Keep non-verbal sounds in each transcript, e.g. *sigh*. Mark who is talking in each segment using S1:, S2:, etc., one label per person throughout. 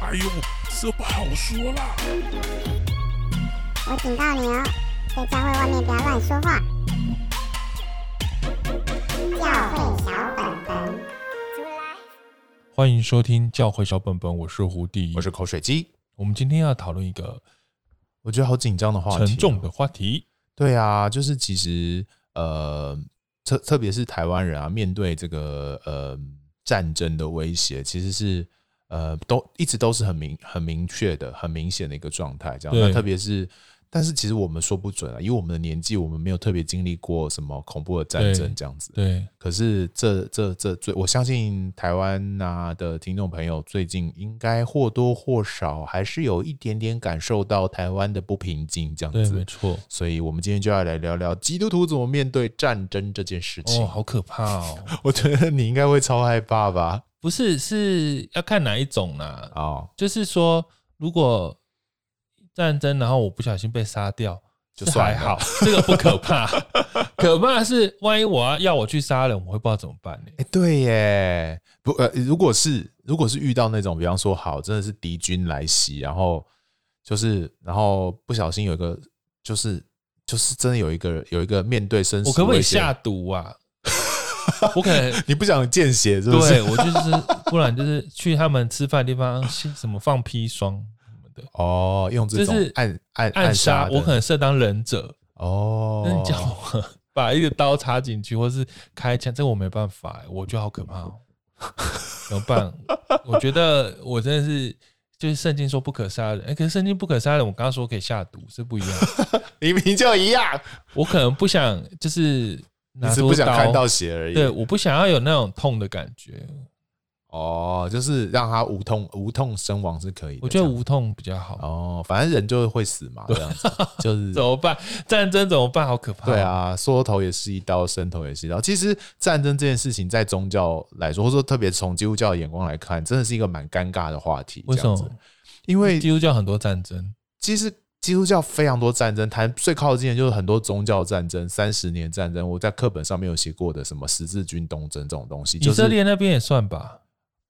S1: 哎呦，这不好说啦。
S2: 我警告你哦，在教会外面不要乱说话。教会小本本，
S3: 欢迎收听教会小本本，我是胡弟，
S4: 我是。口水鸡。
S3: 我们今天要讨论一个
S4: 我觉得好紧张的话题哦，
S3: 沉重的话啊题，
S4: 对啊，就是其实呃，特特别是台湾人啊，面对这个呃战争的威胁，其实是呃都一直都是很明很明确的、很明显的一个状态。这样，
S3: 对
S4: 那特别是，但是其实我们说不准啊，因为我们的年纪，我们没有特别经历过什么恐怖的战
S3: 对
S4: 争这样子。
S3: 对，
S4: 可是这这这最，我相信台湾呐、的听众朋友最近应该或多或少还是有一点点感受到台湾的不平静这样
S3: 对，
S4: 子。
S3: 没错。
S4: 所以我们今天就要来聊聊基督徒怎么面对战争这件事情。
S3: 哦，好可怕哦！
S4: 我觉得你应该会超害怕吧？
S3: *laughs* 不是，是要看哪一种啦。
S4: 哦，
S3: 就是说，如果战争，然后我不小心被杀 *laughs* 掉，
S4: 就是算
S3: 还
S4: 了
S3: 好，这个不可 *laughs* 怕。可怕的是，万一我要要我去杀人，我会不知道怎么办呢、
S4: 哎、对耶，不呃，如果是如果是遇到那种，比方说好，真的是敌军来袭，然后就是然后不小心有一个就是就是真的有一个有一个面对生死，
S3: 我可不可以下？毒 *laughs* 啊？我可能
S4: 你不想见血是不是？
S3: 对我就是，不然就是去他们吃饭的地方，啊什么放砒霜什么的，
S4: 哦，用这种
S3: 就是
S4: 暗暗
S3: 暗杀，
S4: 杀的，
S3: 我可能设当忍者，那
S4: 哦
S3: 你，叫我把一个刀插进去，或是开枪，这个我没办法欸、我觉得好可怕、哦，
S4: *laughs*
S3: 怎么办？我觉得我真的是。就是圣经说不可杀人，哎、可是圣经不可杀人，我刚刚说可以下毒是不一样
S4: *laughs*
S3: 的。
S4: 明明就一样，
S3: 我可能不想，就是
S4: 你
S3: 拿
S4: 是
S3: 出
S4: 不想
S3: 刀
S4: 看到血而已。
S3: 对，我不想要有那种痛的感觉，
S4: 哦，就是让他无痛无痛身亡是可以的。
S3: 我觉得
S4: 这样
S3: 无痛比较好。
S4: 哦，反正人就会死嘛，这样子
S3: *laughs*
S4: 就是
S3: 怎么办？战争怎么办？好可怕！哦
S4: 对，啊，缩头也是一刀，伸头也是一刀。其实战争这件事情，在宗教来说，或者说特别从基督教的眼光来看，真的是一个蛮尴尬的话题。
S3: 为
S4: 这样
S3: 什么
S4: 子？因为
S3: 基督教很多战争，
S4: 其实基督教非常多战争，谈最靠近的就是很多宗教战争、三十年战争。我在课本上面有写过的什么十字军东征这种东西，就
S3: 以色
S4: 是
S3: 列那边也算吧？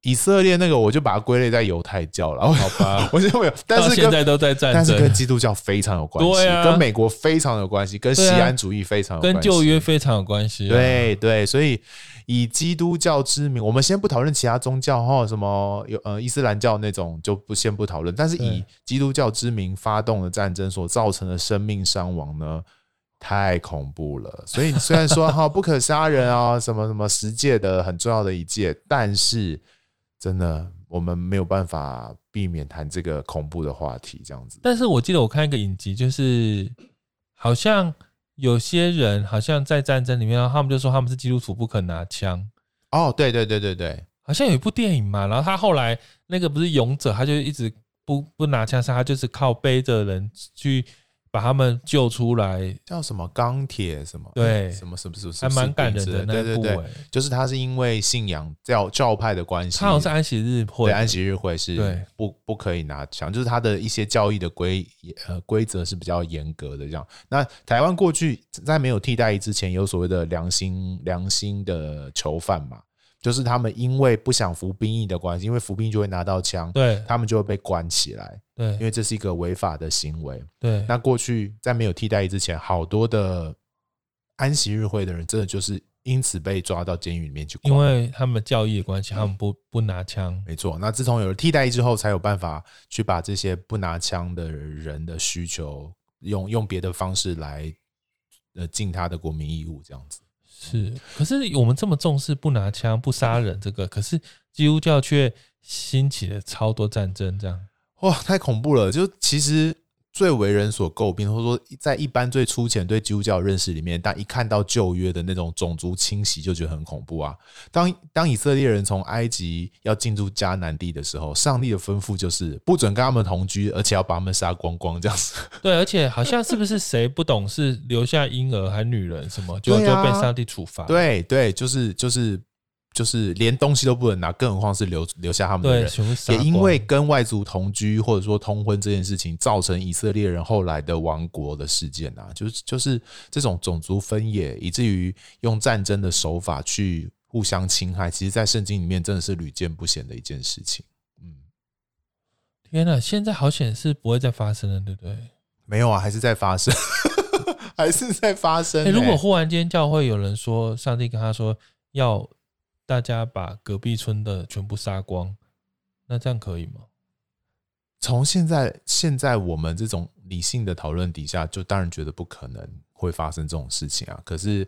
S4: 以色列那个，我就把它归类在犹太教了。好吧，我就没有，但
S3: 到
S4: 是
S3: 现
S4: 跟
S3: 在都在战
S4: 但是
S3: 争，
S4: 跟基督教非常有关系，
S3: 对啊
S4: 跟美国非常有关系，跟西
S3: 对啊
S4: 安主义非常有关系，
S3: 跟旧约非常有关系啊。
S4: 对对，所以以基督教之名，我们先不讨论其他宗教哈，什么有呃伊斯兰教那种就不先不讨论，但是以
S3: 对
S4: 基督教之名发动的战争所造成的生命伤亡呢，太恐怖了。所以虽然说哈不可杀人啊，什么什么十戒的很重要的一戒，但是真的我们没有办法避免谈这个恐怖的话题，这样子。
S3: 但是我记得我看一个影集，就是好像有些人好像在战争里面，他们就说他们是基督徒，不肯拿枪。
S4: 哦，对对对对对，
S3: 好像有一部电影嘛，然后他后来那个不是勇者，他就一直不不拿枪杀，他就是靠背着人去把他们救出来，
S4: 叫什么钢铁什么
S3: 对
S4: 什么什么什么，
S3: 还蛮感人的
S4: 的
S3: 那
S4: 对对
S3: 部、
S4: 对。
S3: 欸。
S4: 就是他是因为信仰教教派的关系，
S3: 他好像是安息日会
S4: 对，安息日会
S3: 对
S4: 是不不可以拿枪，就是他的一些教义的规呃规则是比较严格的这样。那台湾过去在没有替代役之前，有所谓的良心良心的囚犯嘛，就是他们因为不想服兵役的关系，因为服兵役就会拿到枪，
S3: 对
S4: 他们就会被关起来，因
S3: 对
S4: 为这是一个违法的行为。
S3: 对，
S4: 那过去在没有替代役之前，好多的安息日会的人，真的就是因此被抓到监狱里面去关。
S3: 因为他们教义的关系，他们不不拿枪。
S4: 没错，那自从有了替代役之后，才有办法去把这些不拿枪的人的需求，用用别的方式来呃尽他的国民义务，这样子。
S3: 是，可是我们这么重视不拿枪、不杀人这个，可是基督教却兴起了超多战争，这样
S4: 哇，太恐怖了！就其实最为人所诟病，或者说在一般最粗浅对基督教的认识里面，但一看到旧约的那种种族清洗，就觉得很恐怖啊。当当以色列人从埃及要进入迦南地的时候，上帝的吩咐就是不准跟他们同居，而且要把他们杀光光，这样子。
S3: 对，而且好像是不是谁不懂事留下婴儿还女人什么，就、
S4: 对
S3: 就
S4: 啊
S3: 被上帝处罚。
S4: 对对，就是就是就是连东西都不能拿，更何况是留留下他们的
S3: 对，
S4: 人。
S3: 全部杀
S4: 也
S3: 光
S4: 因为跟外族同居或者说通婚这件事情，造成以色列人后来的亡国的事件啊，就是就是这种种族分野，以至于用战争的手法去互相侵害，其实，在圣经里面真的是屡见不鲜的一件事情。嗯，
S3: 天哪、现在好险是不会再发生了，对不对？
S4: 没有啊，还是在发生， *laughs* 还是在发生、
S3: 哎、
S4: 欸
S3: 如果忽然间教会有人说，上帝跟他说要大家把隔壁村的全部杀光，那这样可以吗？
S4: 从现在现在我们这种理性的讨论底下，就当然觉得不可能会发生这种事情啊。可是，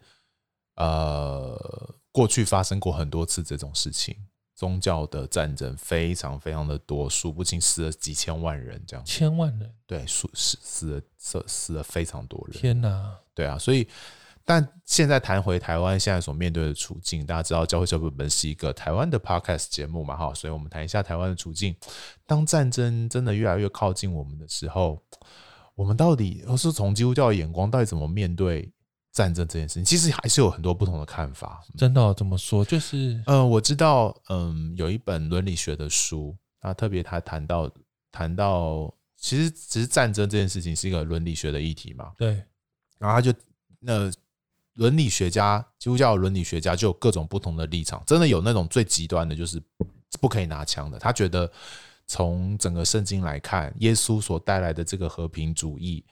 S4: 呃，过去发生过很多次这种事情，宗教的战争非常非常的多，数不清死了几千万人这样。
S3: 千万人，
S4: 对，数死死了死死了非常多人。
S3: 天哪、
S4: 对啊，所以但现在谈回台湾现在所面对的处境，大家知道教会小本本是一个台湾的 podcast 节目嘛，哈，所以我们谈一下台湾的处境。当战争真的越来越靠近我们的时候，我们到底，或是从基督教的眼光，到底怎么面对战争这件事情？其实还是有很多不同的看法。
S3: 真的哦、怎么说？就是
S4: 嗯，我知道，嗯，有一本伦理学的书，那特别他谈到谈到，其实只是战争这件事情是一个伦理学的议题嘛，
S3: 对，
S4: 然后他就那伦理学家，基督教的伦理学家就有各种不同的立场，真的有那种最极端的，就是不可以拿枪的。他觉得从整个圣经来看，耶稣所带来的这个和平主义，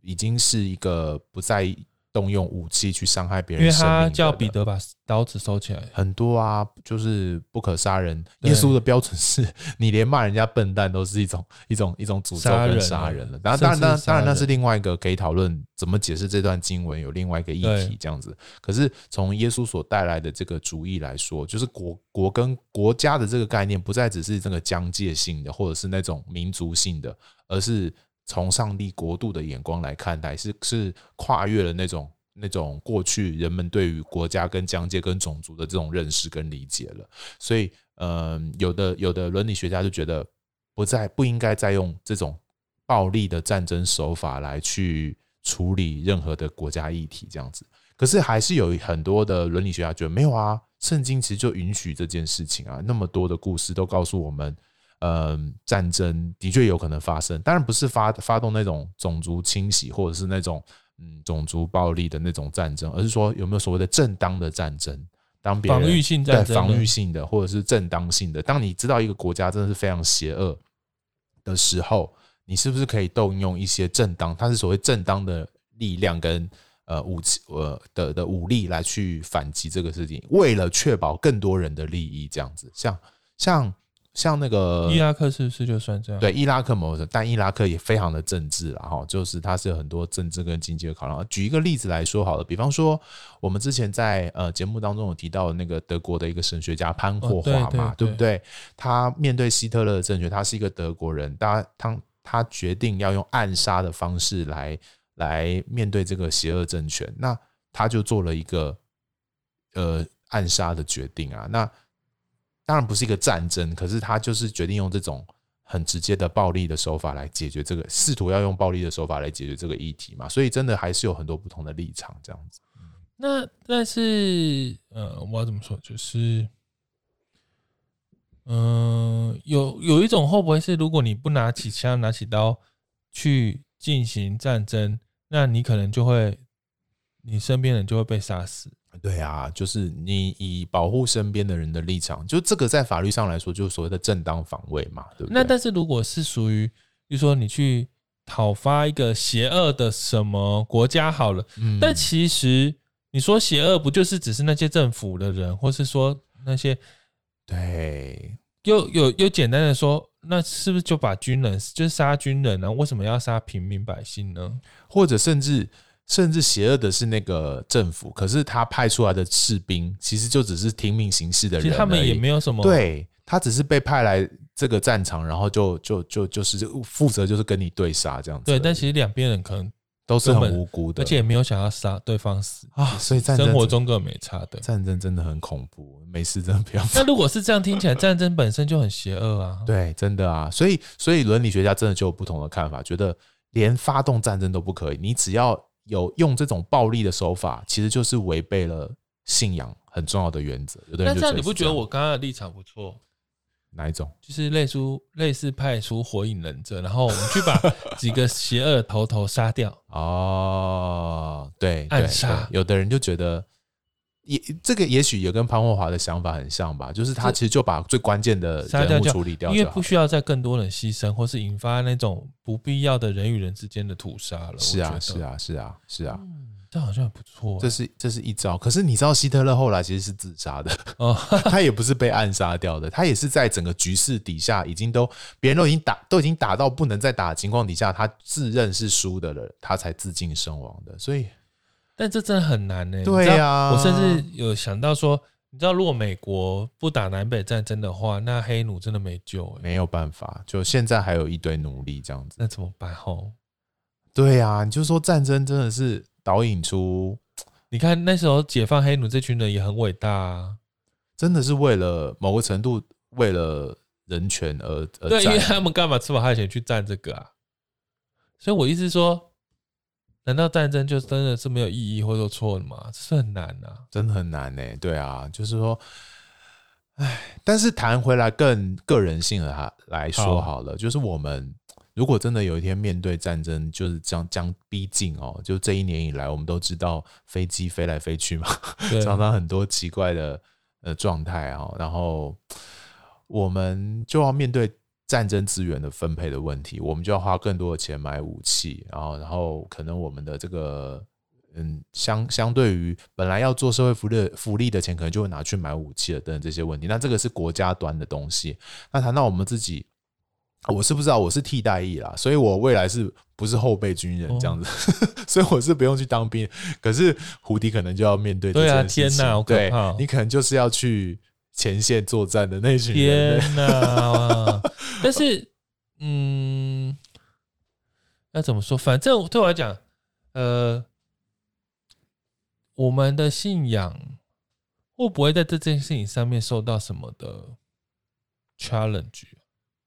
S4: 已经是一个不再动用武器去伤害别
S3: 因
S4: 人
S3: 为
S4: 生命的
S3: 他
S4: 了。
S3: 叫彼得把刀子收起来，
S4: 啊很多啊，就是不可杀 *laughs* 人。
S3: 对
S4: 耶稣的标准是你连骂人家笨蛋都是一种一种一种诅咒
S3: 杀
S4: 跟
S3: 人
S4: 杀
S3: 啊
S4: 人了。然后当然，
S3: 甚至
S4: 当然，
S3: 杀
S4: 当然那
S3: 人
S4: 是另外一个可以讨论怎么解释这段经文，有另外一个议题
S3: 对
S4: 这样子。可是从耶稣所带来的这个主义来说，就是国国跟国家的这个概念，不再只是这个疆界性的，或者是那种民族性的，而是从上帝国度的眼光来看待，是是跨越了那种那种过去人们对于国家跟疆界跟种族的这种认识跟理解了。所以，嗯，有的有的伦理学家就觉得不再不应该再用这种暴力的战争手法来去处理任何的国家议题这样子。可是还是有很多的伦理学家觉得没有啊，圣经其实就允许这件事情啊，那么多的故事都告诉我们，嗯，战争的确有可能发生，当然不是发发动那种种族清洗或者是那种嗯种族暴力的那种战争，而是说有没有所谓的正当的战争，当别人
S3: 防御性战
S4: 对
S3: 争
S4: 防
S3: 呢
S4: 御性的或者是正当性的，当你知道一个国家真的是非常邪恶的时候，你是不是可以动用一些正当，它是所谓正当的力量跟呃武器呃的的武力来去反击这个事情，为了确保更多人的利益，这样子，像像像那个
S3: 伊拉克是不是就算这样？，
S4: 对伊拉克某种，但伊拉克也非常的政治啦，哈，就是它是有很多政治跟经济的考量。举一个例子来说好了，比方说我们之前在呃节目当中有提到那个德国的一个神学家潘霍华嘛，
S3: 哦对对
S4: 不对？他面对希特勒的政权，他是一个德国人，他他他决定要用暗杀的方式来来面对这个邪恶政权，那他就做了一个呃暗杀的决定啊。那当然不是一个战争，可是他就是决定用这种很直接的暴力的手法来解决这个，试图要用暴力的手法来解决这个议题嘛。所以真的还是有很多不同的立场这样子。
S3: 那但是呃，我要怎么说？就是嗯、有有一种会不会是，如果你不拿起枪、拿起刀去进行战争，那你可能就会，你身边人就会被杀死。
S4: 对啊，就是你以保护身边的人的立场，就这个在法律上来说，就是所谓的正当防卫嘛，对不对？
S3: 那但是如果是属于，比如说你去讨伐一个邪恶的什么国家好了，
S4: 嗯
S3: 但其实你说邪恶，不就是只是那些政府的人，或是说那些
S4: 对，
S3: 又有又简单的说，那是不是就把军人就是杀军人呢、为什么要杀平民百姓呢？
S4: 或者甚至甚至邪恶的是那个政府，可是他派出来的士兵其实就只是听命行事的
S3: 其
S4: 人而
S3: 实
S4: 已，
S3: 他们也没有什么，
S4: 对他只是被派来这个战场，然后就就就就是负责就是跟你对杀这样子而
S3: 对，
S4: 已，
S3: 但其实两边人可能，
S4: 都是
S3: 根
S4: 很
S3: 本
S4: 无辜的，
S3: 而且也没有想要杀对方死，
S4: 啊，所以战争
S3: 生活
S4: 真
S3: 中根本没差的。
S4: 战争真的很恐怖，没事真的不要 *laughs*
S3: 那如果是这样听起来，战争本身就很邪恶啊。
S4: 对，真的啊，所以所以伦理学家真的就有不同的看法，觉得连发动战争都不可以，你只要有用这种暴力的手法，其实就是违背了信仰很重要的原则。有的人
S3: 但
S4: 就
S3: 这样
S4: 得
S3: 你不
S4: 是
S3: 觉得
S4: 样
S3: 我刚刚的立场不错？
S4: 哪一种？
S3: 就是类似类似派出火影忍者，然后我们去把几个邪恶的头头杀掉。
S4: 哦，对，
S3: 暗
S4: 对
S3: 杀
S4: 对有的人就觉得。也这个也许也跟潘霍华的想法很像吧，就是他
S3: 是
S4: 其实就把最关键的
S3: 杀掉
S4: 人物
S3: 就
S4: 处理掉
S3: 因为
S4: 就好
S3: 不。需要再更多人牺牲，或是引发那种不必要的人与人之间的屠杀了。
S4: 是
S3: 我
S4: 啊，
S3: 觉得
S4: 是，啊，是啊，是啊，
S3: 这好像很不错、啊
S4: 这是这是一招。可是你知道，希特勒后来其实是自杀的，
S3: 哦
S4: *laughs* 他也不是被暗杀掉的，他也是在整个局势底下，已经都别人都已经打都已经打到不能再打的情况底下，他自认是输的了，他才自尽身亡的。所以
S3: 但这真的很难呢、
S4: 对
S3: 你知道
S4: 啊
S3: 我甚至有想到说，你知道，如果美国不打南北战争的话，那黑奴真的没救哎、
S4: 没有办法，就现在还有一堆奴隶这样子。
S3: 那怎么办？吼，
S4: 对啊，你就说战争真的是导引出，
S3: 你看那时候解放黑奴这群人也很伟大啊，
S4: 真的是为了某个程度为了人权而而
S3: 对，因为
S4: 战。
S3: 他们干嘛吃饱饭钱去战这个啊？所以我意思说，难道战争就真的是没有意义或者说错了吗？这是很难啊。
S4: 真的很难呢、对啊，就是说，唉，但是谈回来更个人性的哈来说
S3: 好
S4: 好了，就是我们如果真的有一天面对战争，就是将将逼近哦，就这一年以来，我们都知道飞机飞来飞去嘛，
S3: 对，啊
S4: 常常很多奇怪的呃状态哦，然后我们就要面对战争资源的分配的问题，我们就要花更多的钱买武器，然后然后可能我们的这个嗯相相对于本来要做社会福利福利的钱，可能就会拿去买武器了等等这些问题。那这个是国家端的东西，那谈到我们自己。我是不知道，我是替代役啦，所以我未来是不是后备军人这样子？ *laughs* 所以我是不用去当兵。可是胡迪可能就要面对这
S3: 对啊
S4: 件事情
S3: 天哪好可
S4: 对
S3: 怕哦
S4: 你可能就是要去前线作战的那群人
S3: 天。
S4: *laughs*
S3: 哪！但是，嗯，要怎么说？反正对我来讲，呃，我们的信仰会不会在这件事情上面受到什么的 challenge？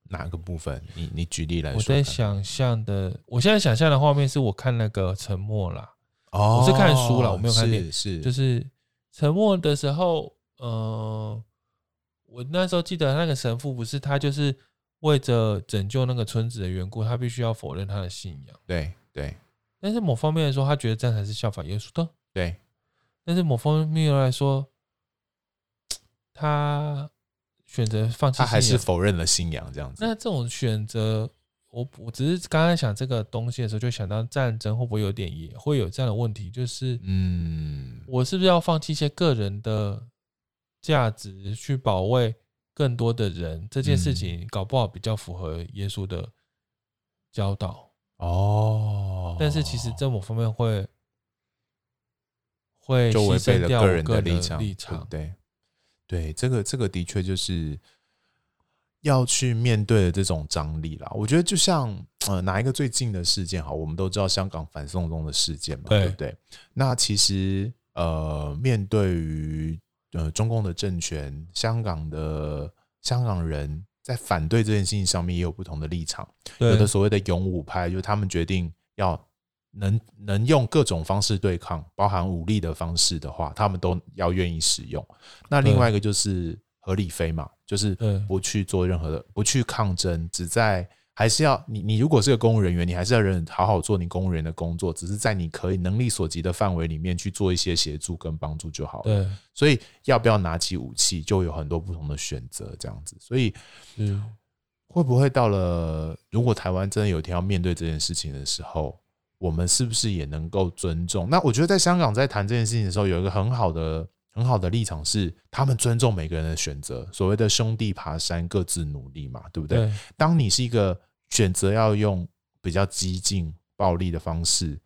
S4: 哪个部分？你你举例来说。
S3: 我在，想象的，我现在想象的画面是我看那个沉默啦，
S4: 哦，
S3: 我是看书啦我没有看电
S4: 是哦是，
S3: 就是是沉默的时候，呃，我那时候记得那个神父不是他就是为着拯救那个村子的缘故，他必须要否认他的信仰。
S4: 对对
S3: 但是某方面来说，他觉得这样才是效法耶稣的；
S4: 对，
S3: 但是某方面来说，他选择放弃
S4: 他还
S3: 信
S4: 是
S3: 仰
S4: 否认了信仰这样子。
S3: 那这种选择，我我只是刚刚想这个东西的时候，就想到战争会不会有点也会有这样的问题，就是
S4: 嗯，
S3: 我是不是要放弃一些个人的价值去保卫更多的人？这件事
S4: 嗯
S3: 情搞不好比较符合耶稣的教导，
S4: 哦，
S3: 但是其实在某方面会会
S4: 就违
S3: 牺
S4: 背
S3: 牲
S4: 了
S3: 掉
S4: 个
S3: 我
S4: 人的
S3: 立
S4: 场，
S3: 立
S4: 对不对？对，这个这个的确就是要去面对的这种张力啦。我觉得就像呃，哪一个最近的事件好，我们都知道香港反送中的事件嘛，
S3: 对
S4: 对不对？那其实呃，面对于呃中共的政权，香港的香港人在反对这件事情上面也有不同的立场。有的
S3: 对
S4: 所谓的勇武派，就是他们决定要能能用各种方式对抗，包含武力的方式的话，他们都要愿意使用。那另外一个就是合理飞嘛，就是
S3: 对
S4: 不去做任何的，不去抗争，只在还是要你你如果是个公务人员，你还是要人好好做你公务人员的工作，只是在你可以能力所及的范围里面去做一些协助跟帮助就好了。
S3: 对
S4: 所以要不要拿起武器，就有很多不同的选择，这样子。所以
S3: 是
S4: 会不会到了如果台湾真的有一天要面对这件事情的时候，我们是不是也能够尊重？那我觉得在香港在谈这件事情的时候，有一个很好的很好的立场是，他们尊重每个人的选择，所谓的兄弟爬山各自努力嘛，对不对？
S3: 对
S4: 当你是一个选择要用比较激进、暴力的方式，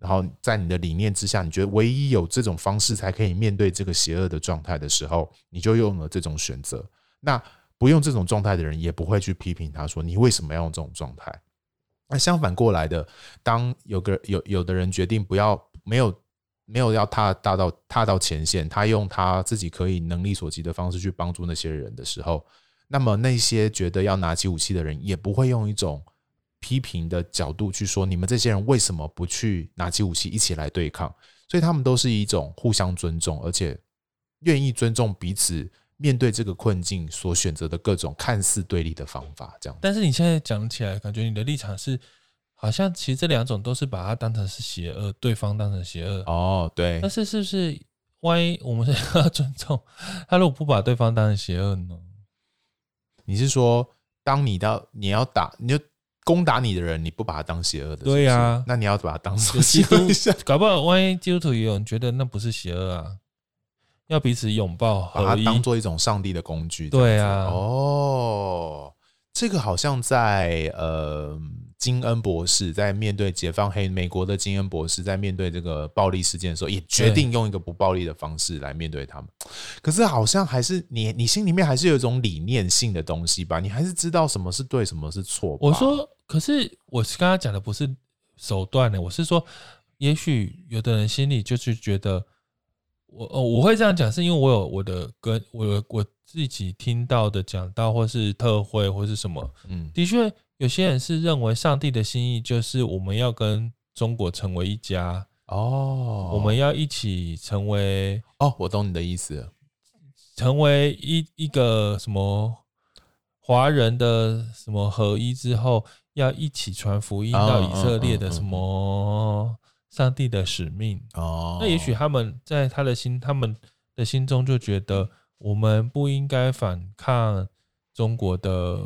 S4: 然后在你的理念之下，你觉得唯一有这种方式才可以面对这个邪恶的状态的时候，你就用了这种选择。那不用这种状态的人，也不会去批评他说你为什么要用这种状态。那相反过来的，当有个有有的人决定不要没有没有要踏踏到踏到前线，他用他自己可以能力所及的方式去帮助那些人的时候，那么那些觉得要拿起武器的人，也不会用一种批评的角度去说你们这些人为什么不去拿起武器一起来对抗？所以他们都是一种互相尊重，而且愿意尊重彼此面对这个困境所选择的各种看似对立的方法，这样
S3: 但是你现在讲起来，感觉你的立场是，好像其实这两种都是把它当成是邪恶，对方当成邪恶。
S4: 哦，对
S3: 但，是是不是万一我们 *laughs* 是要尊重他，如果不把对方当成邪恶呢？
S4: 你是说，当你到你要打，你就攻打你的人，你不把他当邪恶的，是不是
S3: 对呀
S4: 那你要把他当什
S3: 有
S4: 么
S3: 基
S4: 邪
S3: 督
S4: 恶一下？
S3: 搞不好万一基督徒也有人觉得那不是邪恶啊，要彼此拥抱
S4: 把
S3: 合
S4: 它
S3: 一。
S4: 当做一种上帝的工具。
S3: 对
S4: 这样
S3: 啊
S4: 子哦，这个好像在呃，金恩博士在面对解放黑美国的金恩博士在面对这个暴力事件的时候，也决定用一个不暴力的方式来面对他们。可是好像还是你你心里面还是有一种理念性的东西吧，你还是知道什么是对，什么是错吧。
S3: 我说，可是我是刚刚讲的不是手段呢、我是说，也许有的人心里就是觉得，我哦，我会这样讲，是因为我有我的跟我有我自己听到的讲到，或是特会或是什么，
S4: 嗯，
S3: 的确，有些人是认为上帝的心意就是我们要跟中国成为一家，
S4: 哦，
S3: 我们要一起成为
S4: 哦，我懂你的意思了。
S3: 成为一一个什么华人的什么合一之后，要一起传福音
S4: 哦
S3: 到以色列
S4: 嗯嗯
S3: 的
S4: 嗯
S3: 什么上帝的使命。
S4: 哦，
S3: 那也许他们在他的心，他们的心中就觉得我们不应该反抗中国的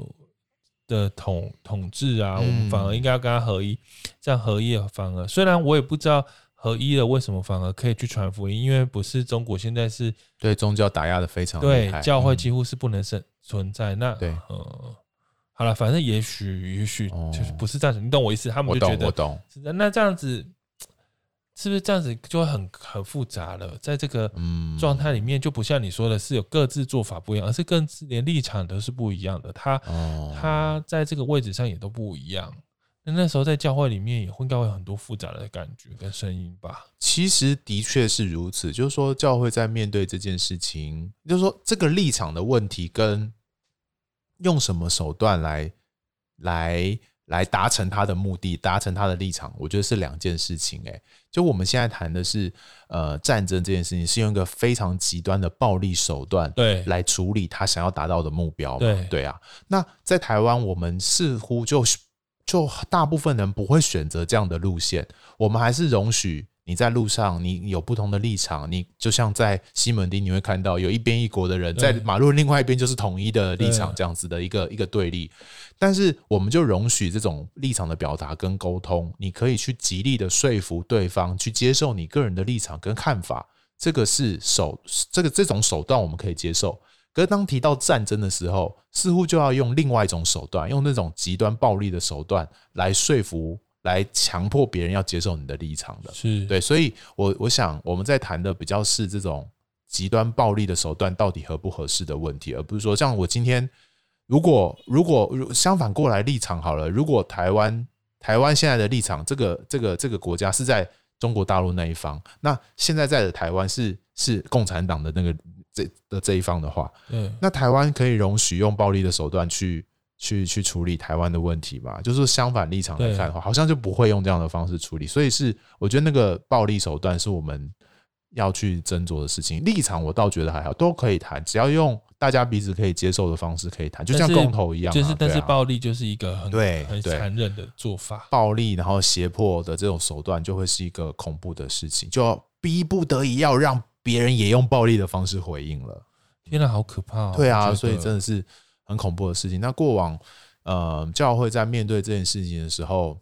S3: 的统统治啊，
S4: 嗯
S3: 我们反而应该要跟他合一，这样合一反而虽然我也不知道合一了为什么反而可以去传福音，因为不是中国现在是
S4: 对宗教打压的非常厉
S3: 对
S4: 害
S3: 教会
S4: 嗯
S3: 几乎是不能生存在。那
S4: 对
S3: 呃，好了，反正也许也许
S4: 哦
S3: 就是不是这样子，你懂我意思？他们
S4: 我
S3: 就觉
S4: 懂
S3: 得
S4: 我懂，
S3: 是的，那这样子是不是这样子就会很很复杂了？在这个
S4: 嗯，
S3: 状态里面，就不像你说的是有各自做法不一样，而是更自连立场都是不一样的。他
S4: 哦，
S3: 他在这个位置上也都不一样。那那时候在教会里面也会应该会有很多复杂的感觉跟声音吧？
S4: 其实的确是如此，就是说教会在面对这件事情，就是说这个立场的问题跟用什么手段来来来达成他的目的，达成他的立场，我觉得是两件事情、欸。就我们现在谈的是呃战争这件事情，是用一个非常极端的暴力手段
S3: 对
S4: 来处理他想要达到的目标嘛。
S3: 对
S4: 对啊，那在台湾，我们似乎就就大部分人不会选择这样的路线，我们还是容许你在路上，你有不同的立场。你就像在西门町，你会看到有一边一国的人在
S3: 对
S4: 马路另外一边就是统一的立场，
S3: 对
S4: 这样子的一个一个对立。但是我们就容许这种立场的表达跟沟通，你可以去极力的说服对方去接受你个人的立场跟看法，这个是手这个这种手段我们可以接受。可是当提到战争的时候，似乎就要用另外一种手段，用那种极端暴力的手段来说服、来强迫别人要接受你的立场的。
S3: 是，
S4: 对，所以我我想我们在谈的比较是这种极端暴力的手段到底合不合适的问题，而不是说像我今天如果如果如相反过来立场好了，如果台湾台湾现在的立场，这个这个这个国家是在中国大陆那一方，那现在在的台湾是是共产党的那个这的这一方的话，
S3: 对，
S4: 那台湾可以容许用暴力的手段去去去处理台湾的问题嘛？就是相反立场来看的话，好像就不会用这样的方式处理。所以是我觉得那个暴力手段是我们要去斟酌的事情。立场我倒觉得还好，都可以谈，只要用大家彼此可以接受的方式可以谈，就像
S3: 但是
S4: 公投一样、啊，
S3: 就是但是
S4: 对啊
S3: 暴力就是一个很
S4: 对
S3: 很
S4: 对
S3: 残忍的做法。
S4: 暴力，然后胁迫的这种手段，就会是一个恐怖的事情，就逼不得已要让别人也用暴力的方式回应了。
S3: 天哪，好可怕、哦！
S4: 对
S3: 我觉
S4: 啊，
S3: 得
S4: 所以真的是很恐怖的事情。那过往，呃，教会在面对这件事情的时候，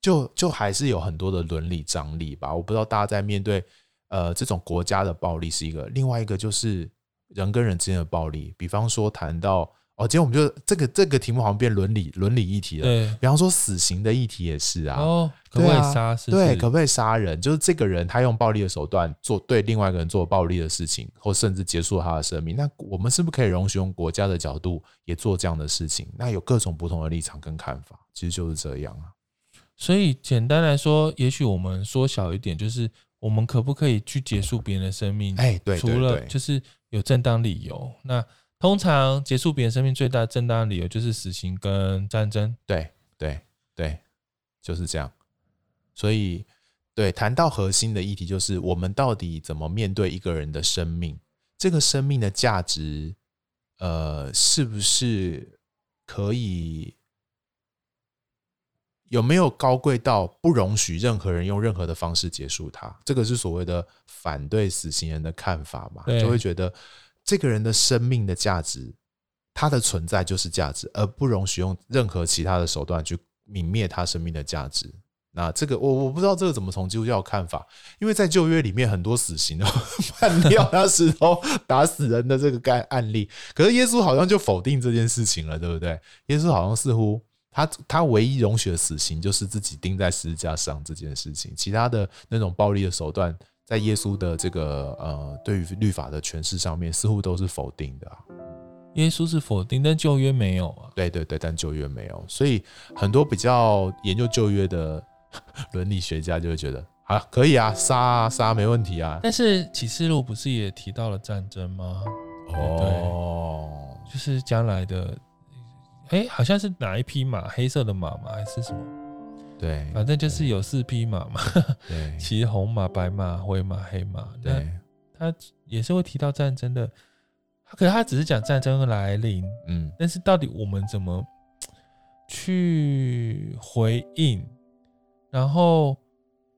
S4: 就就还是有很多的伦理张力吧。我不知道大家在面对呃这种国家的暴力是一个，另外一个就是人跟人之间的暴力，比方说谈到。哦，今天我们就这个这个题目好像变伦理伦理议题了。
S3: 对
S4: 比方说死刑的议题也是啊，
S3: 哦，可不可
S4: 对
S3: 以
S4: 啊
S3: 杀？是不
S4: 对，
S3: 是
S4: 可不可以杀人？就是这个人他用暴力的手段做对另外一个人做暴力的事情，或甚至结束他的生命。那我们是不是可以容许用国家的角度也做这样的事情？那有各种不同的立场跟看法，其实就是这样啊。
S3: 所以简单来说，也许我们缩小一点，就是我们可不可以去结束别人的生命？
S4: 哎对
S3: 除
S4: 对
S3: 了
S4: 对
S3: 就是有正当理由。那通常结束别人生命最大的正当理由就是死刑跟战争。
S4: 对对对，就是这样。所以，对谈到核心的议题，就是我们到底怎么面对一个人的生命？这个生命的价值，呃，是不是可以有没有高贵到不容许任何人用任何的方式结束它？这个是所谓的反对死刑人的看法嘛？
S3: 对
S4: 就会觉得这个人的生命的价值，他的存在就是价值，而不容许用任何其他的手段去泯灭他生命的价值。那这个我我不知道这个怎么从基督教看法，因为在旧约里面很多死刑哦， *laughs* 判掉拿石头打死人的这个概案例，可是耶稣好像就否定这件事情了，对不对？耶稣好像似乎他他唯一容许的死刑就是自己钉在十字架上这件事情，其他的那种暴力的手段，在耶稣的这个呃对于律法的诠释上面，似乎都是否定的、啊。
S3: 耶稣是否定，但旧约没有啊。
S4: 对对对，但旧约没有，所以很多比较研究旧约的 *laughs* 伦理学家就会觉得。啊，可以啊，杀啊杀没问题啊。
S3: 但是启示录不是也提到了战争吗？
S4: 哦，
S3: 就是将来的，哎、好像是哪一匹马，黑色的马吗？还是什么？
S4: 对，呃
S3: 反正就是有四匹马嘛，
S4: 对
S3: 骑红马、白马、灰马、黑马。那
S4: 对，
S3: 他也是会提到战争的，他可是他只是讲战争的来临，
S4: 嗯，
S3: 但是到底我们怎么去回应？然后，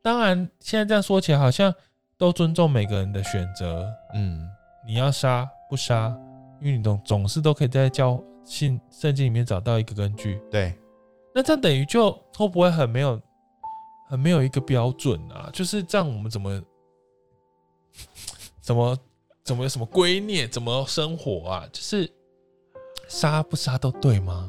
S3: 当然现在这样说起来，好像都尊重每个人的选择，
S4: 嗯，
S3: 你要杀不杀，因为你总总是都可以在教信圣经里面找到一个根据。
S4: 对，
S3: 那这样等于就会不会很没有很没有一个标准啊？就是这样，我们怎么怎么怎么有什么归念，怎么生活啊？就是杀不杀都对吗？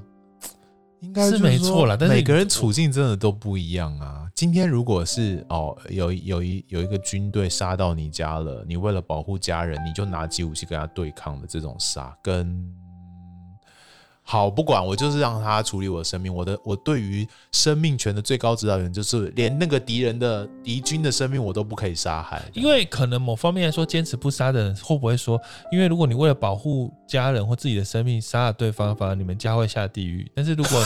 S4: 应
S3: 是
S4: 就是
S3: 没
S4: 说
S3: 错啦但是
S4: 每
S3: 你
S4: 个人处境真的都不一样啊。今天如果是哦，有一有一有一个军队杀到你家了，你为了保护家人，你就拿起武器跟他对抗的这种杀，跟好不管我就是让他处理我的生命，我的我对于生命权的最高指导员就是连那个敌人的敌军的生命我都不可以杀害，
S3: 因为可能某方面来说，坚持不杀的人会不会说，因为如果你为了保护家人或自己的生命杀了对方，反而你们家会下地狱；但是如果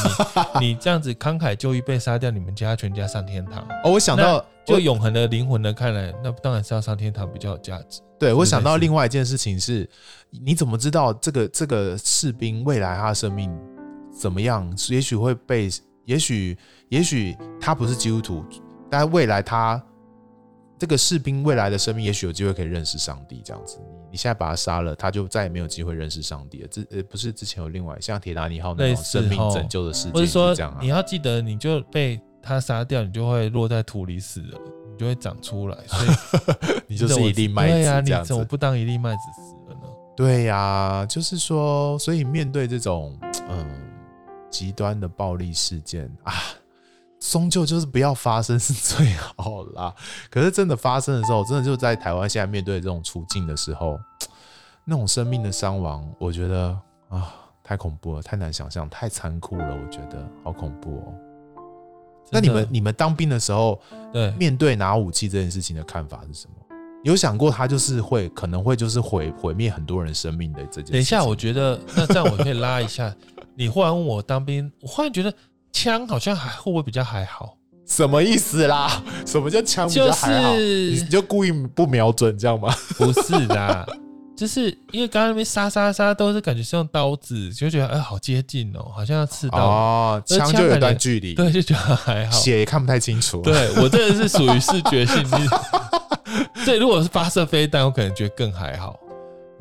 S3: 你你这样子慷慨就义被杀掉，你们家全家上天堂。
S4: 哦，我想到
S3: 那就
S4: 我
S3: 永恒的灵魂的看来，那当然是要上天堂比较有价值。
S4: 对我
S3: 是
S4: 想
S3: 类
S4: 到
S3: 似
S4: 另外一件事情是，你怎么知道这个这个士兵未来他的生命怎么样？也许会被，也许也许他不是基督徒，但未来他这个士兵未来的生命，也许有机会可以认识上帝。这样子，你你现在把他杀了，他就再也没有机会认识上帝了。这呃不是之前有另外像铁达尼号那
S3: 类
S4: 种
S3: 似
S4: 生命
S3: 哦
S4: 拯救的事件，
S3: 或者说
S4: 这样啊
S3: 你。要记得，你就被他杀掉，你就会落在土里死了，你就会长出来，
S4: *laughs*
S3: 所以
S4: *laughs* 你就是一粒麦子
S3: 对呀、
S4: 这样
S3: 你怎么
S4: 子
S3: 不当一粒麦子死啊了呢？
S4: 对呀、就是说，所以面对这种嗯极端的暴力事件啊，终究就是不要发生是最好啦。可是真的发生的时候，真的就在台湾现在面对这种处境的时候，那种生命的伤亡，我觉得啊，太恐怖了，太难想象，太残酷了，我觉得好恐怖哦。那你
S3: 真的
S4: 们你们当兵的时候，
S3: 对
S4: 面对拿武器这件事情的看法是什么？有想过他就是会可能会就是毁毁灭很多人生命的这件事情？
S3: 等一下，我觉得那这样我可以拉一下。你忽然问我当兵，我忽然觉得枪好像还会不会比较还好？
S4: 什么意思啦？什么叫枪比较还好？
S3: 就是
S4: 你你就故意不瞄准这样吗？
S3: 不是啦，就是因为刚刚那边杀杀杀都是感觉是用刀子，就觉得哎、好接近哦，好像要刺到。
S4: 哦，
S3: 那
S4: 枪
S3: 枪
S4: 就有
S3: 感觉
S4: 段距离，
S3: 对，就觉得还好。
S4: 血也看不太清楚。，啊
S3: 对我这个是属于视觉性， *laughs* 对，如果是发射飞弹，我可能觉得更还好，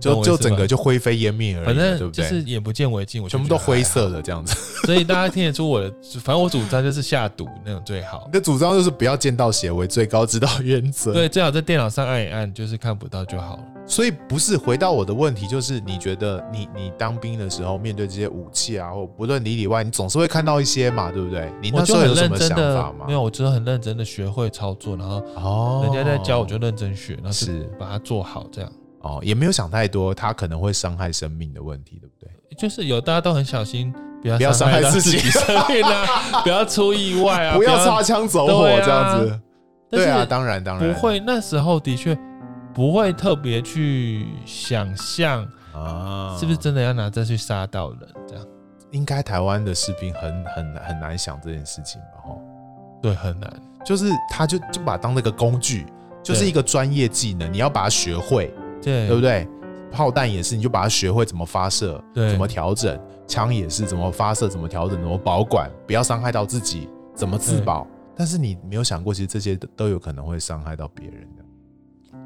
S4: 就
S3: 懂我
S4: 就
S3: 意思吗
S4: 整个就灰飞烟灭而已，啊
S3: 反
S4: 对不
S3: 正就
S4: 对？
S3: 是眼不见为净，我就
S4: 全部
S3: 觉得
S4: 都灰色
S3: 还
S4: 的这样子。
S3: 好，所以大家听得出我的，反正我主张就是下毒那种最好
S4: 你。的主张就是不要见到血为最高指导原则。
S3: 对，最好在电脑上按一按，就是看不到就好了。
S4: 所以不是回到我的问题，就是你觉得你你当兵的时候面对这些武器啊，或不论里里外，你总是会看到一些嘛，对不对？你
S3: 我
S4: 那时
S3: 就
S4: 候
S3: 很
S4: 有什
S3: 认
S4: 么
S3: 真
S4: 想法
S3: 的，
S4: 吗
S3: 没？有，我只是很认真的学会操作，然后
S4: 哦
S3: 人家在教我就认真学，然后就是把它做好，这样
S4: 哦，也没有想太多，他可能会伤害生命的问题，对不对？
S3: 就是有大家都很小心，不
S4: 不要
S3: 要
S4: 伤害
S3: 到
S4: 自
S3: 自
S4: 己
S3: 生命啊， *laughs* 不要出意外啊，
S4: 不要擦枪走火
S3: 对啊
S4: 这样子。
S3: 但
S4: 对
S3: 是
S4: 啊，当然当然
S3: 不会，那时候的确不会特别去想象
S4: 啊
S3: 是不是真的要拿这去杀到人，这样
S4: 应该台湾的士兵很很很难想这件事情吧？哈，
S3: 对很难。
S4: 就是他就就把它当那个工具，就是
S3: 对
S4: 一个专业技能，你要把它学会。
S3: 对，
S4: 对不对？炮弹也是，你就把它学会怎么发射，
S3: 对
S4: 怎么调整；枪也是，怎么发射，怎么调整，怎么保管，不要伤害到自己，怎么自保？但是你没有想过，其实这些都都有可能会伤害到别人的，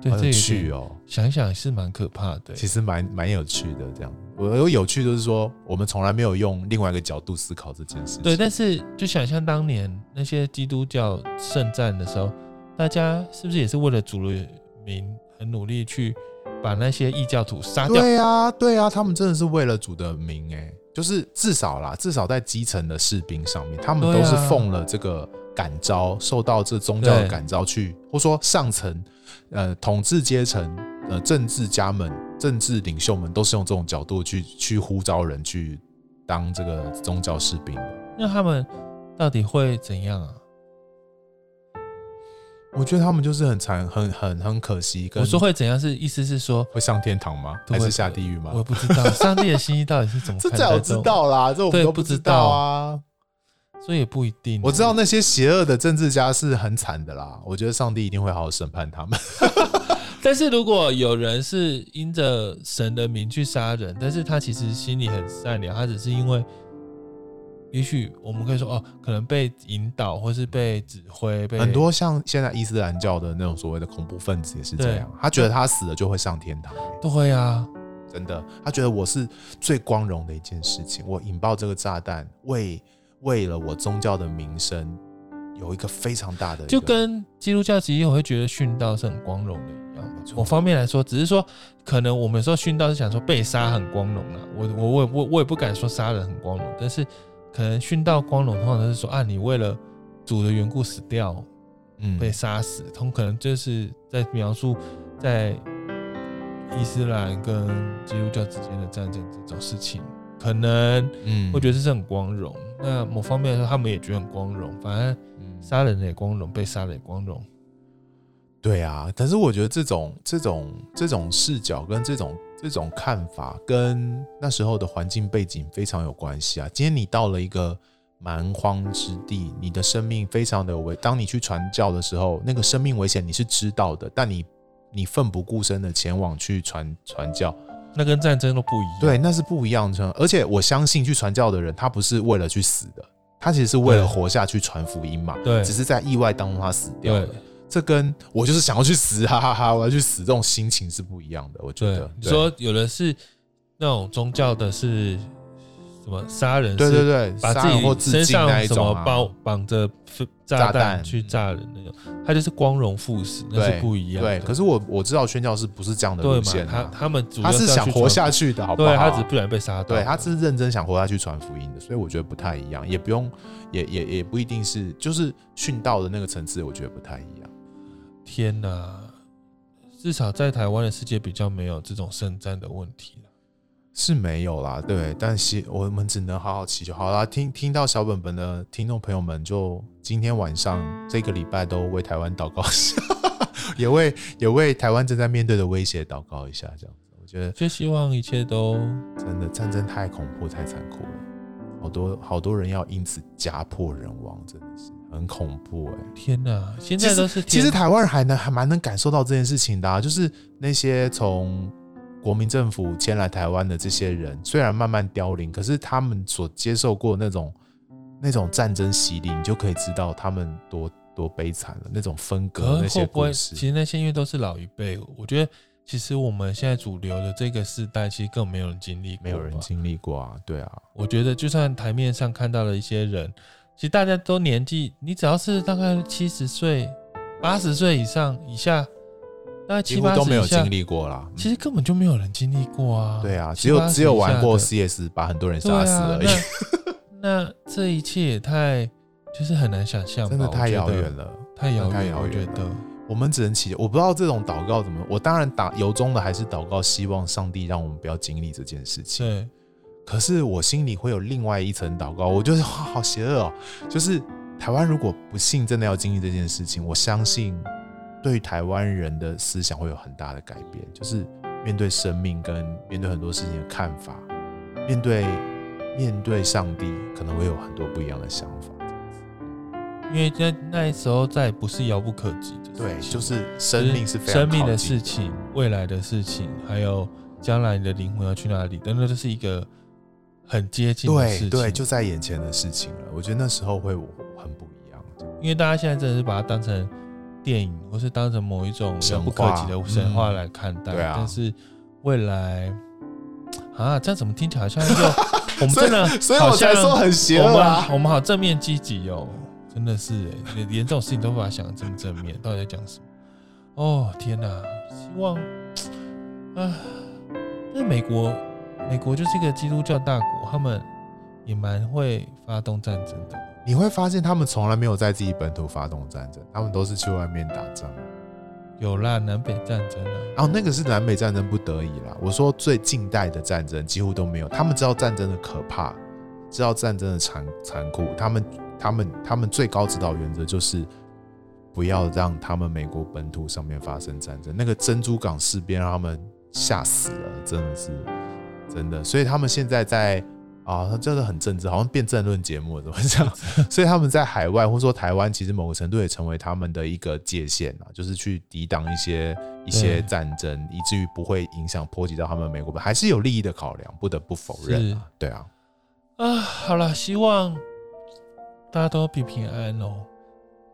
S3: 对，
S4: 好
S3: 这
S4: 有
S3: 也
S4: 趣
S3: 是
S4: 哦。
S3: 想一想是蛮可怕的。
S4: 其实蛮蛮有趣的，这样。我有有趣就是说，我们从来没有用另外一个角度思考这件事情。
S3: 对，但是就想象当年那些基督教圣战的时候，大家是不是也是为了主的民很努力去把那些异教徒杀掉？
S4: 对啊，对啊，他们真的是为了主的名哎、就是至少啦，至少在基层的士兵上面，他们
S3: 对
S4: 都
S3: 啊
S4: 是奉了这个感召，受到这宗教的
S3: 对
S4: 感召去，或说上层呃统治阶层呃政治家们、政治领袖们，都是用这种角度去去呼召人去当这个宗教士兵的。
S3: 那他们到底会怎样啊？
S4: 我觉得他们就是很残、很很很可惜，跟
S3: 我说会怎样是意思是说，
S4: 会上天堂吗？还是下地狱吗
S3: 我？也不知道上帝的心意到底是怎么
S4: 这
S3: 看
S4: 最
S3: 待
S4: 好
S3: 的，
S4: 知道啦，这我们
S3: 对
S4: 都
S3: 不
S4: 不
S3: 知
S4: 知
S3: 道
S4: 道啊。
S3: 所以也不一定。哦
S4: 我知道那些邪恶的政治家是很惨的啦，我觉得上帝一定会好好审判他们。
S3: 但是如果有人是因着神的名去杀人，但是他其实心里很善良，他只是因为，也许我们可以说哦，可能被引导或是被指挥，被
S4: 很多像现在伊斯兰教的那种所谓的恐怖分子也是这样，他觉得他死了就会上天堂、
S3: 对啊，
S4: 真的，他觉得我是最光荣的一件事情，我引爆这个炸弹，为为了我宗教的名声有一个非常大的一个，
S3: 就跟基督教其实我会觉得殉道是很光荣的一样。
S4: 没错
S3: 某方面来说，只是说可能我们有时候殉道是想说被杀很光荣啦，我我我也我我也不敢说杀人很光荣，但是可能殉道光荣的话，就是说啊，你为了主的缘故死掉，
S4: 嗯
S3: 被杀死，他们可能就是在描述在伊斯兰跟基督教之间的战争这种事情，可能
S4: 嗯
S3: 会觉
S4: 得
S3: 得这是很光荣。那某方面来说，他们也觉得很光荣，反正
S4: 嗯
S3: 杀人的也光荣，被杀的也光荣。
S4: 对啊，但是我觉得这种这种这种视角跟这种这种看法，跟那时候的环境背景非常有关系啊。今天你到了一个蛮荒之地，你的生命非常的危。当你去传教的时候，那个生命危险你是知道的，但你你奋不顾身的前往去传传教，
S3: 那跟战争都不一样。
S4: 对，那是不一样的。而且我相信去传教的人，他不是为了去死的，他其实是为了
S3: 对
S4: 活下去传福音嘛。
S3: 对
S4: 只是在意外当中他死掉了
S3: 对。
S4: 这跟我就是想要去死，哈哈哈我要去死这种心情是不一样的。我觉
S3: 对
S4: 得，，
S3: 你
S4: 对
S3: 说有的是那种宗教的是什么杀人，
S4: 对对，对，
S3: 把
S4: 杀人或
S3: 自己身
S4: 自尽那
S3: 上
S4: 一
S3: 什
S4: 种
S3: 么
S4: 啊
S3: 包绑着炸弹
S4: 炸弹
S3: 去炸人那种，他就是光荣赴死，那
S4: 对
S3: 是不一样的。
S4: 对，可是我我知道宣教士不是这样的
S3: 对
S4: 路
S3: 嘛
S4: 线？
S3: 他
S4: 啊，
S3: 他们主
S4: 他
S3: 要
S4: 是
S3: 要
S4: 想
S3: 去
S4: 活
S3: 传
S4: 下
S3: 福
S4: 去的，好
S3: 音，
S4: 不好？
S3: 对他只是不然被杀掉。
S4: 对，他是认真想活下去传福音的，所以我觉得不太一样，也不用，也也也不一定是，就是殉道的那个层次，我觉得不太一样。
S3: 天哪！至少在台湾的世界比较没有这种圣战的问题了
S4: 是没有啦，对，但是我们只能好好祈求。好啦，听听到小本本的听众朋友们，就今天晚上这个礼拜都为台湾祷告一下， *laughs* 也为也为台湾正在面对的威胁祷告一下，这样子。我觉得
S3: 就希望一切都
S4: 真的战争太恐怖、太残酷了，好多好多人要因此家破人亡，真的是很恐怖哎、
S3: 天哪！现
S4: 其
S3: 在
S4: 实
S3: 都是
S4: 其
S3: 天
S4: 实台湾人还能还蛮能感受到这件事情的、啊，就是那些从国民政府迁来台湾的这些人，虽然慢慢凋零，可是他们所接受过那种那种战争洗礼，你就可以知道他们多多悲惨了。那种分
S3: 可
S4: 隔那
S3: 是
S4: 些
S3: 会不
S4: 故
S3: 会，
S4: 事，
S3: 其实那些因为都是老一辈，我觉得其实我们现在主流的这个世代，其实根本没有人经历过，
S4: 没有人。经历过啊。对啊，
S3: 我觉得就算台面上看到了一些人，其实大家都年纪，你只要是大概七十岁、八十岁以上以下，大概
S4: 几
S3: 七
S4: 乎
S3: 八
S4: 都没
S3: 十
S4: 有
S3: 以下
S4: 经，历过啦。
S3: 其
S4: 实
S3: 实根本就没有人经历过啊。
S4: 对啊，只
S3: 七八
S4: 有
S3: 十
S4: 只有
S3: 以下
S4: 玩
S3: 的
S4: 过 CS 把很多人
S3: 对
S4: 杀死
S3: 啊
S4: 而已，
S3: 那那这一切也太就是很难想象吧，
S4: *laughs* 真的太
S3: 我觉
S4: 遥
S3: 得
S4: 远，了。
S3: 太遥
S4: 太
S3: 远，
S4: 遥
S3: 我觉
S4: 远了
S3: 得。
S4: 我们只能祈求，我不知道这种祷告怎么。我当然打由衷的还是祷告，希望上帝让我们不要经历这件事情。
S3: 对，
S4: 可是我心里会有另外一层祷告，我觉得哇，好邪恶哦！就是台湾如果不幸真的要经历这件事情，我相信对于台湾人的思想会有很大的改变，就是面对生命跟面对很多事情的看法，面对面对上帝，可能会有很多不一样的想法。
S3: 因为那那时候再也不是遥不可及的事情，
S4: 对，就是生命是非常
S3: 生命
S4: 靠
S3: 的
S4: 近
S3: 事情、未来的事情，还有将来你的灵魂要去哪里，等等，这是一个很接近的事
S4: 对
S3: 情。
S4: 对，就在眼前的事情了。我觉得那时候会很不一
S3: 因为大家现在真的是把它当成电影，或是当成某一种遥不可及
S4: 神话
S3: 的神话来看待。
S4: 嗯对啊
S3: 但是未来啊，这样怎么听起来好像又
S4: *laughs*
S3: 我们真的好像，
S4: *laughs* 所以我才说很邪
S3: 我
S4: 恶
S3: 们
S4: 啊！
S3: 我们好正面积极哦，真的是哎，连连这种事情都无法想得这么正面，到底在讲什么？哦天哪，希望啊，因为美国，美国就是一个基督教大国，他们也蛮会发动战争的。
S4: 你会发现他们从来没有在自己本土发动战争，他们都是去外面打仗。
S3: 有啦，南北战争啊，
S4: 哦，那个是南北战争不得已啦。我说最近代的战争几乎都没有，他们知道战争的可怕，知道战争的残残酷，他们他们他们最高指导原则就是不要让他们美国本土上面发生战争。那个珍珠港事变让他们吓死了，真的是真的。所以他们现在在啊，真的很政治，好像变政论节目了，怎么这样？所以他们在海外或者说台湾，其实某个程度也成为他们的一个界限啊，就是去抵挡一些一
S3: 对
S4: 些战争，以至于不会影响波及到他们美国本，还是有利益的考量，不得不否认啊。对啊，
S3: 啊，好啦，希望大家都平平安安哦。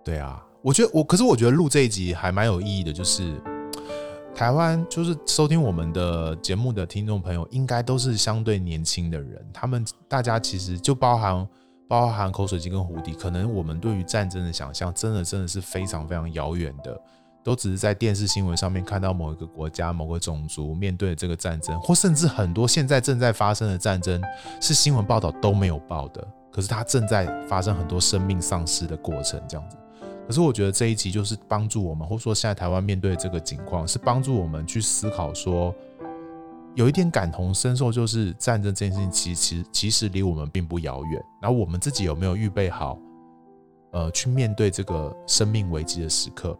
S4: 对啊，我觉得我，可是我觉得录这一集还蛮有意义的，就是台湾就是收听我们的节目的听众朋友，应该都是相对年轻的人，他们大家其实就包含包含口水鸡跟胡迪，可能我们对于战争的想象，真的真的是非常非常遥远的。都只是在电视新闻上面看到某一个国家、某个种族面对这个战争，或甚至很多现在正在发生的战争，是新闻报道都没有报的，可是它正在发生很多生命丧失的过程，这样子。可是我觉得这一集就是帮助我们，或者说现在台湾面对这个情况，是帮助我们去思考说，有一点感同身受，就是战争这件事情其实其实离我们并不遥远。然后我们自己有没有预备好，呃，去面对这个生命危机的时刻？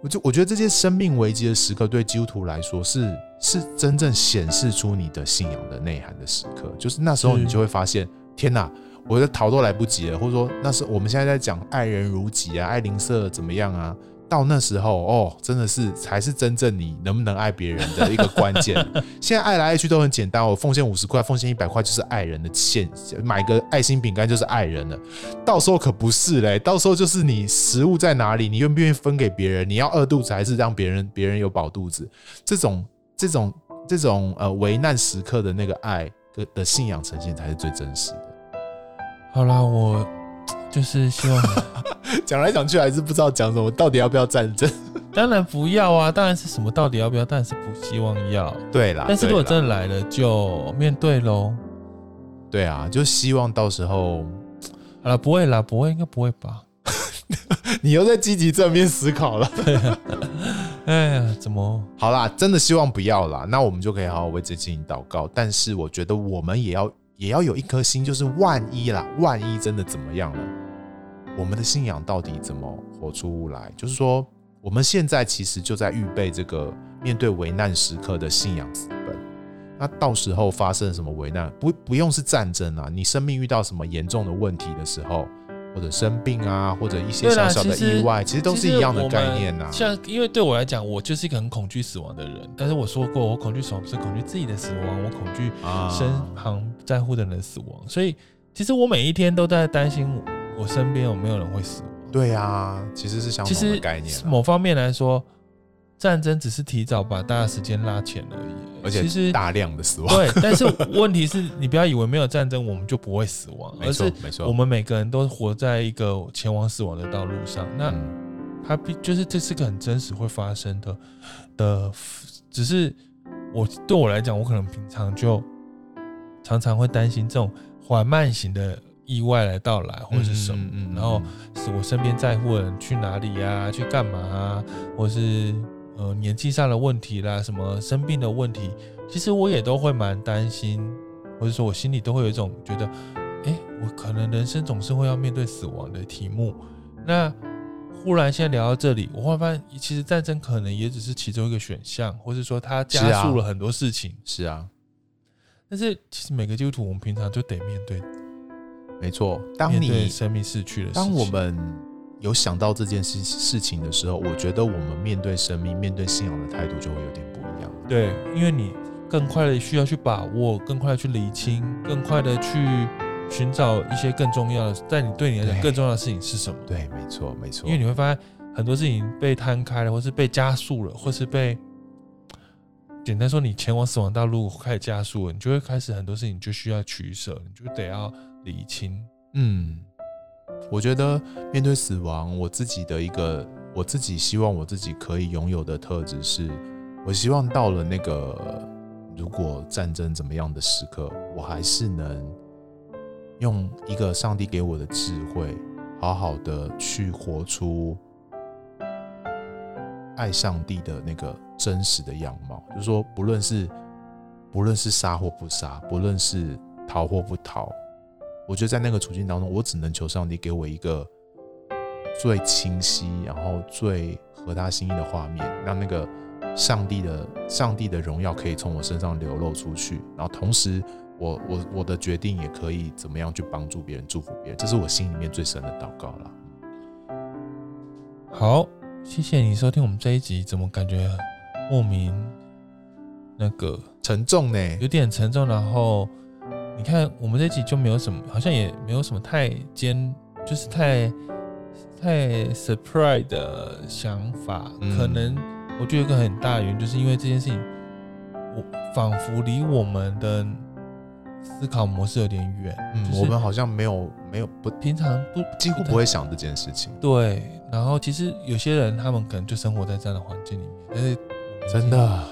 S4: 我就我觉得这些生命危机的时刻，对基督徒来说是是真正显示出你的信仰的内涵的时刻。就是那时候你
S3: 是
S4: 就会发现，天哪！我的逃都来不及了，或者说那是我们现在在讲爱人如己啊，爱邻舍怎么样啊？到那时候哦，真的是才是真正你能不能爱别人的一个关键。现在爱来爱去都很简单，我哦奉献五十块，奉献一百块就是爱人的现，买个爱心饼干就是爱人了。到时候可不是嘞，到时候就是你食物在哪里，你愿不愿意分给别人？你要饿肚子还是让别人别人有饱肚子？这种这种这种呃危难时刻的那个爱的的信仰呈现才是最真实的。
S3: 好啦，我就是希望， *laughs*
S4: 讲来讲去还是不知道讲什么，到底要不要战争？
S3: 当然不要啊，当然是什么到底要不要，当然是不希望要。
S4: 对啦，
S3: 但是如果
S4: 对啦
S3: 真的来了，就面对喽。
S4: 对啊，就希望到时候
S3: 好了，不会啦，不会，应该不会吧？
S4: 你又在积极正面思考了。
S3: 哎呀，怎么？
S4: 好啦，真的希望不要啦，那我们就可以好好为这件事情祷告。但是我觉得我们也要也要有一颗心，就是万一啦，万一真的怎么样了，我们的信仰到底怎么活出来？就是说，我们现在其实就在预备这个面对危难时刻的信仰资本。那到时候发生什么危难，不不用是战争啊，你生命遇到什么严重的问题的时候，或者生病啊，或者一些
S3: 对啦
S4: 小小的
S3: 其实
S4: 意外，其实都是一样的概念啊呐、
S3: 其实我们像因为对我来讲，我就是一个很恐惧死亡的人。但是我说过，我恐惧死亡不是恐惧自己的死亡，我恐惧
S4: 啊。
S3: 身旁在乎的人的死亡。所以其实我每一天都在担心我我身边有没有人会死亡。
S4: 对啊，其实是相
S3: 其
S4: 同的
S3: 实
S4: 概念啊、
S3: 某方面来说，战争只是提早把大家时间拉前而已。
S4: 而且
S3: 其实
S4: 大量的死亡，
S3: 对，但是问题是你不要以为没有战争我们就不会死亡，
S4: 没
S3: 而
S4: 错
S3: 是
S4: 没错。
S3: 我们每个人都活在一个前往死亡的道路上。那
S4: 嗯
S3: 它必就是这是个很真实会发生的的，只是我对我来讲，我可能平常就常常会担心这种缓慢型的意外来到来或者是什么，
S4: 嗯嗯嗯
S3: 然后是我身边在乎的人去哪里呀、去干嘛啊，或是呃年纪上的问题啦，什么生病的问题，其实我也都会蛮担心，或者说我心里都会有一种觉得，哎，我可能人生总是会要面对死亡的题目。那忽然现在聊到这里，我会发现，其实战争可能也只是其中一个选项，或是说它
S4: 是
S3: 加
S4: 啊
S3: 速了很多事情。
S4: 是啊，
S3: 但是其实每个基督徒，我们平常就得面对
S4: 没错。当
S3: 面对
S4: 你
S3: 生命逝去的事情。
S4: 当我们有想到这件事事情的时候，我觉得我们面对生命、面对信仰的态度就会有点不一样。
S3: 对，因为你更快的需要去把握，更快的去理清，更快的去寻找一些更重要的，在你对你来讲
S4: 对
S3: 更重要的事情是什么？
S4: 对，没错，没错，
S3: 因为你会发现很多事情被摊开了，或是被加速了，或是被简单说你前往死亡大路开始加速了，你就会开始很多事情就需要取舍，你就得要理清。
S4: 嗯，我觉得面对死亡，我自己的一个我自己希望我自己可以拥有的特质是，我希望到了那个如果战争怎么样的时刻，我还是能用一个上帝给我的智慧，好好的去活出爱上帝的那个真实的样貌，就是说，不论是不论是杀或不杀，不论是逃或不逃，我觉得在那个处境当中，我只能求上帝给我一个最清晰，然后最合他心意的画面，让那个上帝的上帝的荣耀可以从我身上流露出去，然后同时我我我的决定也可以怎么样去帮助别人、祝福别人，这是我心里面最深的祷告啦。
S3: 好，谢谢你收听我们这一集，怎么感觉莫名那个
S4: 沉重呢，
S3: 有点沉重？然后你看我们这一集就没有什么，好像也没有什么太尖，就是太太 surprise 的想法。
S4: 嗯
S3: 可能我觉得有一个很大的原因，就是因为这件事情，我仿佛离我们的思考模式有点远。
S4: 嗯，
S3: 就是
S4: 我们好像没有没有不
S3: 平常不
S4: 几乎不会想这件事情，
S3: 对，然后其实有些人他们可能就生活在这样的环境里面，但是我们
S4: 真的。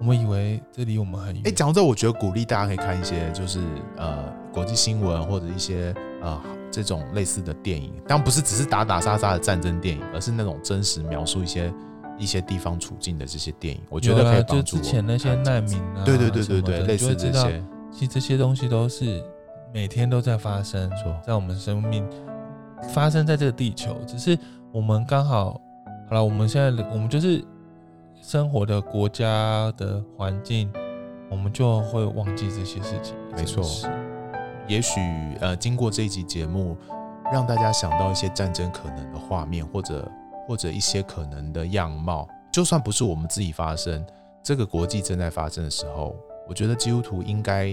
S3: 我们以为这离我们很远。
S4: 哎、讲到这，我觉得鼓励大家可以看一些，就是呃国际新闻或者一些呃这种类似的电影，当然不是只是打打杀杀的战争电影，而是那种真实描述一些一些地方处境的这些电影，我
S3: 我
S4: 觉得可以
S3: 啊就
S4: 帮助
S3: 之
S4: 我
S3: 前那些
S4: 看这
S3: 难
S4: 样子
S3: 民啊，
S4: 对对对
S3: 什么的
S4: 对对，
S3: 你
S4: 类
S3: 就
S4: 似
S3: 会
S4: 这
S3: 知道
S4: 些，
S3: 其实这些东西都是每天都在发生
S4: 错，
S3: 在我们生命发生在这个地球，只是我们刚好好了，我们现在的我们就是生活的国家的环境，我们就会忘记这些事情。
S4: 没错
S3: 真是
S4: 也许呃，经过这一集节目，让大家想到一些战争可能的画面，或者或者一些可能的样貌，就算不是我们自己发生，这个国际正在发生的时候，我觉得基督徒应该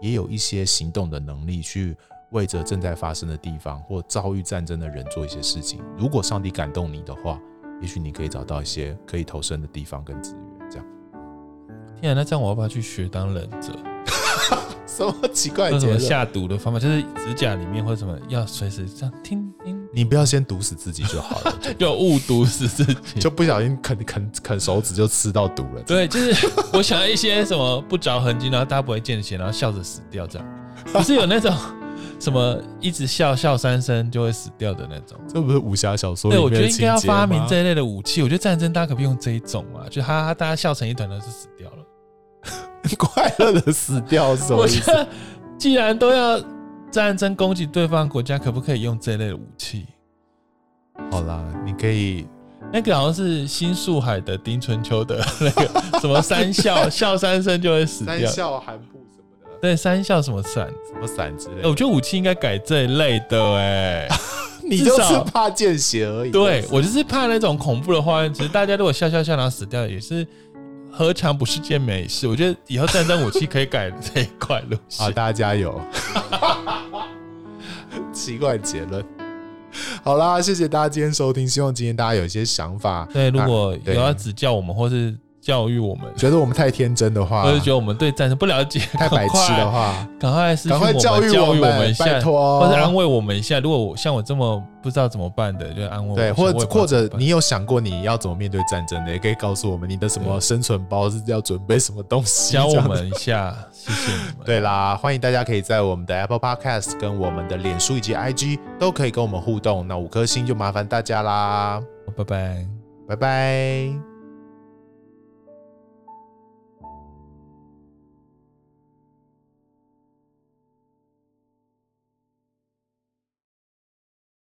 S4: 也有一些行动的能力，去为着正在发生的地方或遭遇战争的人做一些事情。如果上帝感动你的话，也许你可以找到一些可以投身的地方跟资源。这样
S3: 天啊，那这样我要不要去学当忍者？
S4: 什么奇
S3: *laughs*
S4: 怪
S3: 用
S4: 的
S3: 什
S4: 结
S3: 么
S4: 论？
S3: 下毒的方法？就是指甲里面或者什么，要随时这样听听，
S4: 你不要先毒死自己就好了。
S3: 就误毒死自己。
S4: 就不小心啃啃啃手指就吃到毒了。
S3: 嗯对，就是我想要一些什么不着痕迹，然后大家不会见血，然后笑着死掉这样。不是有那种什么一直笑笑三声就会死掉的那种？
S4: 这不是武侠小说里
S3: 对，我
S4: 面
S3: 觉
S4: 的
S3: 得
S4: 情
S3: 应
S4: 节
S3: 该
S4: 吗
S3: 要发明
S4: *laughs*
S3: 这一类的武器。我觉得战争大家可不用这一种啊，就哈哈，大家笑成一团都是死掉了。
S4: 快乐的死掉是什么
S3: 我
S4: 意
S3: 觉
S4: 思？
S3: 得既然都要战争攻击对方国家，可不可以用这一类的武器？
S4: 好啦，你可以
S3: 那个好像是新宿海的丁春秋的 *laughs* 那个什么三笑，笑三声就会死掉。
S4: 笑含步什么的，
S3: 对，三笑什么散？
S4: 什么伞之类
S3: 哎我觉得武器应该改这一类的哎、
S4: 你就是
S3: 至少
S4: 怕见血而已。
S3: *laughs* 对我就是怕那种恐怖的画面，其实大家如果笑笑笑然后死掉也是何尝不是件美事？我觉得以后战争武器可以改 *laughs* 这一块路
S4: 好，
S3: 线。
S4: 大家加油。 *laughs* 奇怪的结论。好啦，谢谢大家今天收听，希望今天大家有一些想法。
S3: 对，如
S4: 那
S3: 果有
S4: 啊对
S3: 要指教我们或是教育我们，
S4: 觉得我们太天真的话
S3: 或，是觉得我们对战争不了解、
S4: 太白痴的
S3: 话，
S4: 话，
S3: 赶快私
S4: 赶快
S3: 讯
S4: 教
S3: 我
S4: 育
S3: 们
S4: 我
S3: 教育我
S4: 们
S3: 一下，
S4: 拜托
S3: 或是安慰我们一下。如果我像我这么不知道怎么办的，就哦安慰我一
S4: 对，
S3: 下
S4: 或者或
S3: 我也不
S4: 者。
S3: 知道怎么办
S4: 你有想过你要怎么面对战争的，也可以告诉我们你的什么
S3: 对
S4: 生存包是要准备什么东西。
S3: 教
S4: 这
S3: 我
S4: 样子
S3: 们一下，谢谢你们。
S4: *laughs* 对啦，欢迎大家可以在我们的 Apple Podcast 跟我们的脸书以及 IG 都可以跟我们互动。那五颗星就麻烦大家啦，
S3: 拜拜。
S4: 拜拜。